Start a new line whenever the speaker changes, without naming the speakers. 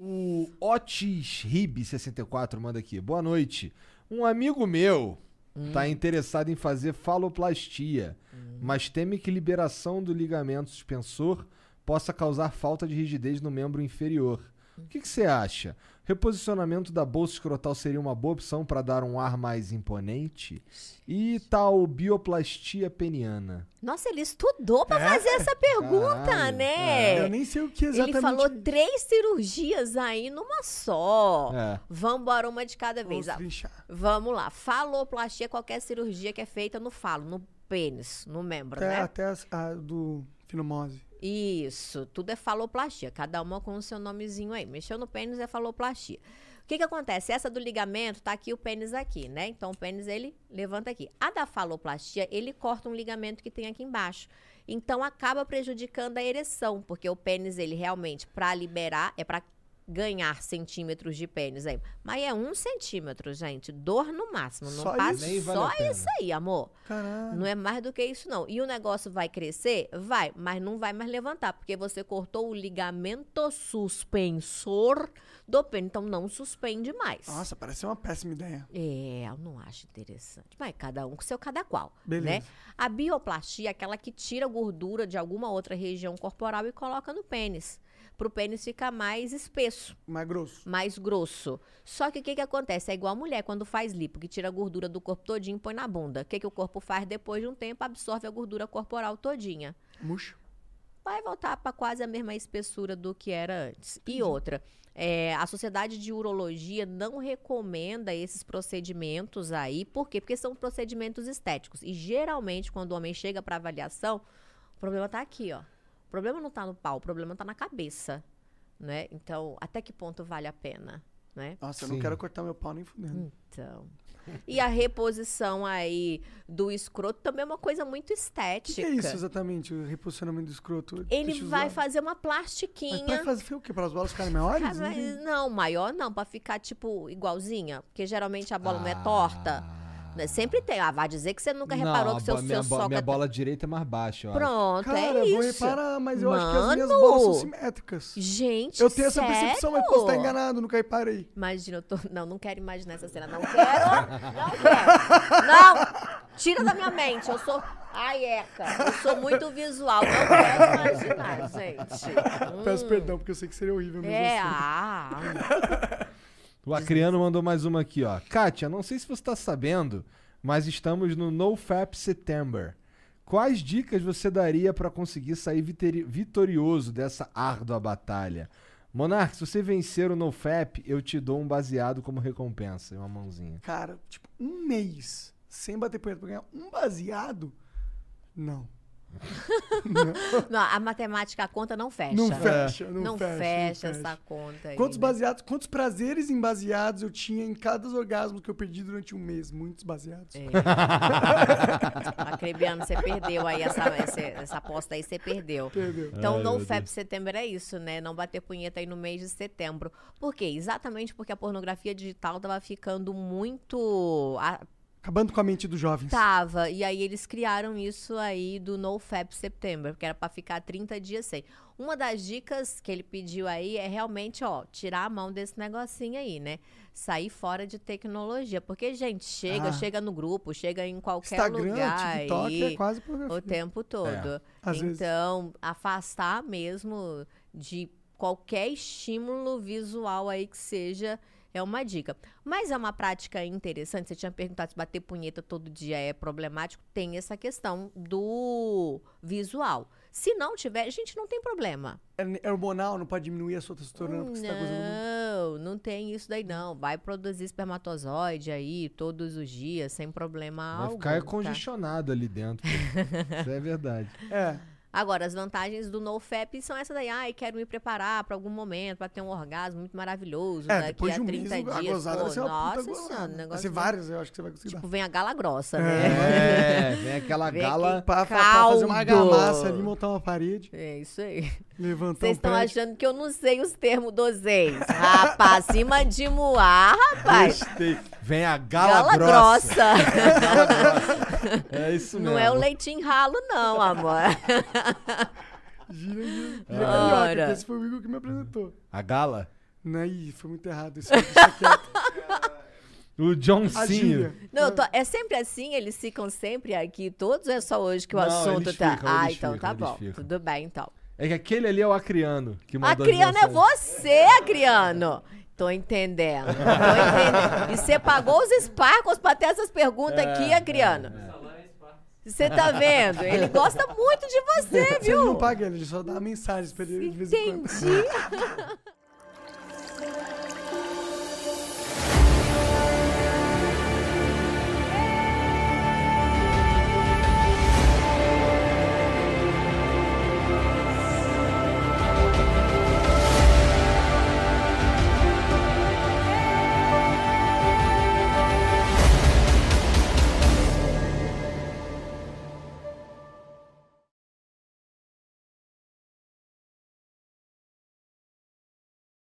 O Otis Rib64 manda aqui. Boa noite. Um amigo meu
Hum.
tá interessado em fazer faloplastia, mas teme que liberação do ligamento suspensor possa causar falta de rigidez no membro inferior. O que que você acha? Reposicionamento da bolsa escrotal seria uma boa opção para dar um ar mais imponente? E tal bioplastia peniana?
Nossa, ele estudou pra fazer essa pergunta,
Caralho,
né?
É? Eu nem sei o que
Ele
exatamente.
falou três cirurgias aí numa só.
É.
Vambora uma de cada vez. Ah,
Trinchar.
Vamos lá. Faloplastia é qualquer cirurgia que é feita no falo, no pênis, no membro,
Até,
né?
até as- a do finomose.
Isso, tudo é faloplastia, cada uma com o seu nomezinho aí. Mexeu no pênis é faloplastia. O que que acontece? Essa do ligamento tá aqui o pênis aqui, né? Então o pênis ele levanta aqui. A da faloplastia, ele corta um ligamento que tem aqui embaixo. Então acaba prejudicando a ereção, porque o pênis ele realmente para liberar é para ganhar centímetros de pênis aí. Mas é um centímetro, gente. Dor no máximo. Não
Só isso?
passa
Nem vale a
só
pena.
isso aí, amor.
Caralho.
Não é mais do que isso, não. E o negócio vai crescer? Vai, mas não vai mais levantar, porque você cortou o ligamento suspensor do pênis. Então não suspende mais.
Nossa, parece uma péssima ideia.
É, eu não acho interessante. Mas cada um com seu cada qual, né?
Beleza.
A bioplastia é aquela que tira gordura de alguma outra região corporal e coloca no pênis. Pro pênis ficar mais espesso
Mais grosso.
mais grosso. Só que o que, que acontece? É igual a mulher quando faz lipo, que tira a gordura do corpo todinho e põe na bunda. O que, que o corpo faz depois de um tempo? Absorve a gordura corporal todinha.
Murcho.
Vai voltar para quase a mesma espessura do que era antes. E outra, é, a Sociedade de Urologia não recomenda esses procedimentos aí. Por quê? Porque são procedimentos estéticos. E geralmente, quando o homem chega para avaliação, o problema tá aqui, ó. O problema não tá no pau, o problema tá na cabeça, né? Então, até que ponto vale a pena, né?
Nossa, eu
Sim.
não quero cortar meu pau nem fudendo.
Então. E a reposição aí do escroto também é uma coisa muito
O que,
estética.
que é isso exatamente? O reposicionamento do escroto?
Ele
Deixa eu
vai
zoar.
fazer uma
Mas pra
plastiquinha.
fazer foi o quê? Para as bolas ficarem maiores?
Ah, mas
Entendi.
não, maior não, pra ficar tipo igualzinha. Porque geralmente a bola não
Ah.
é torta. né? Sempre tem. Ah, vai dizer que você nunca reparou
Não,
que
a
seu,
bo-
seu
minha, bo-
soca. tá
minha bola direita é mais baixa, eu acho.
Pronto,
Cara,
é
eu vou
isso.
reparar, mas eu acho que as minhas
Mano!
bolas são simétricas.
Gente,
Eu tenho essa
sério?
percepção, mas posso estar enganado, nunca reparei.
Imagina, eu tô. Não, não quero imaginar essa cena. Não quero! Não quero! Não! Tira da minha mente. Eu sou. Ai, Eca. Eu sou muito visual. Não quero imaginar, gente.
Peço perdão, porque eu sei que seria horrível
Hum.
mesmo
É,
assim.
ah.
O Acriano mandou mais uma aqui, ó. Kátia, não sei se você tá sabendo, mas estamos no NoFap September. Quais dicas você daria pra conseguir sair viteri- vitorioso dessa árdua batalha? Monark, se você vencer o NoFap, eu te dou um baseado como recompensa. e Uma mãozinha.
Cara, tipo, um mês sem bater punheta pra ganhar um baseado? Não.
Não, a matemática, a conta não fecha.
Não fecha, não,
Não fecha,
fecha. não
essa
fecha.
conta aí.
Quantos
né?
baseados, quantos prazeres em baseados eu tinha em cada orgasmo que eu perdi durante um mês? Muitos baseados.
É. Acrebiano, você perdeu aí essa, essa, essa aposta aí, você perdeu.
Perdeu.
Então,
Ai,
não
meu
FAP setembro é isso, né? Não bater punheta aí no mês de setembro. Por quê? Exatamente porque a pornografia digital tava ficando muito. a-
Acabando com a mente dos jovens.
Tava. E aí eles criaram isso aí do No Fab September, que era pra ficar 30 dias sem. Uma das dicas que ele pediu aí é realmente, ó, tirar a mão desse negocinho aí, né? Sair fora de tecnologia. Porque, gente, chega,
Ah.
chega no grupo, chega em qualquer
Instagram,
lugar.
TikTok
aí,
é quase
o
pornografia.
tempo todo.
às vezes.
então, afastar mesmo de qualquer estímulo visual aí que seja é uma dica. Mas é uma prática interessante. Você tinha perguntado se bater punheta todo dia é problemático. Tem essa questão do visual. Se não tiver, gente, não tem problema.
É hormonal, não pode diminuir a sua testosterona porque você tá gozando muito.
Não, não tem isso daí, não. Vai produzir espermatozoide aí todos os dias, sem problema
Vai
algum.
ficar
tá?
congestionado ali dentro. pô. Isso é verdade.
É.
Agora, as vantagens do NoFap são essa daí. Ai, quero me preparar pra algum momento, pra ter um orgasmo muito maravilhoso né,
É,
daqui
depois
a
de um
30
mês, a
dias.
gozada vai
Pô,
ser uma
nossa
puta
senhora,
gozada.
o
Vai
negócio
ser
vai-
várias, assim, eu acho que você vai conseguir
Tipo,
dar.
vem a gala grossa, né?
É, vem aquela
Vem
gala.
aqui.
Pra, pra- pra fazer uma
caldo.
argamassa ali, montar uma parede,
É isso aí.
levantar
Vocês
um
estão
prédio.
achando que eu não sei os termos dos ex. Rapaz, cima de moar, rapaz.
Vem a gala,
Gala
grossa.
grossa.
É isso mesmo.
Não é o leitinho ralo, não, amor.
Gira, gira.
Ora.
Ah. Gira, gira. Esse foi o Igor que me apresentou.
A gala?
Né? Ih, foi muito errado isso. Deixa quieto.
O John Cena.
A gíria.
Não, eu tô- é sempre assim, eles ficam sempre aqui, todos ou é só hoje que o
Não,
assunto
eles
tá.
ficam,
ah,
eles
então
ficam,
tá
eles
bom.
ficam.
Tudo bem, então.
É que aquele ali é o Acriano. Que mandou as
Acriano é
mensagens.
você, Acriano! Tô entendendo. Tô entendendo. E você pagou os Sparkles pra ter essas perguntas aqui, Acriano. Você tá vendo? Ele gosta muito de você,
Você
viu?
não paga ele, ele só dá mensagens pra ele de vez em quando.
Entendi.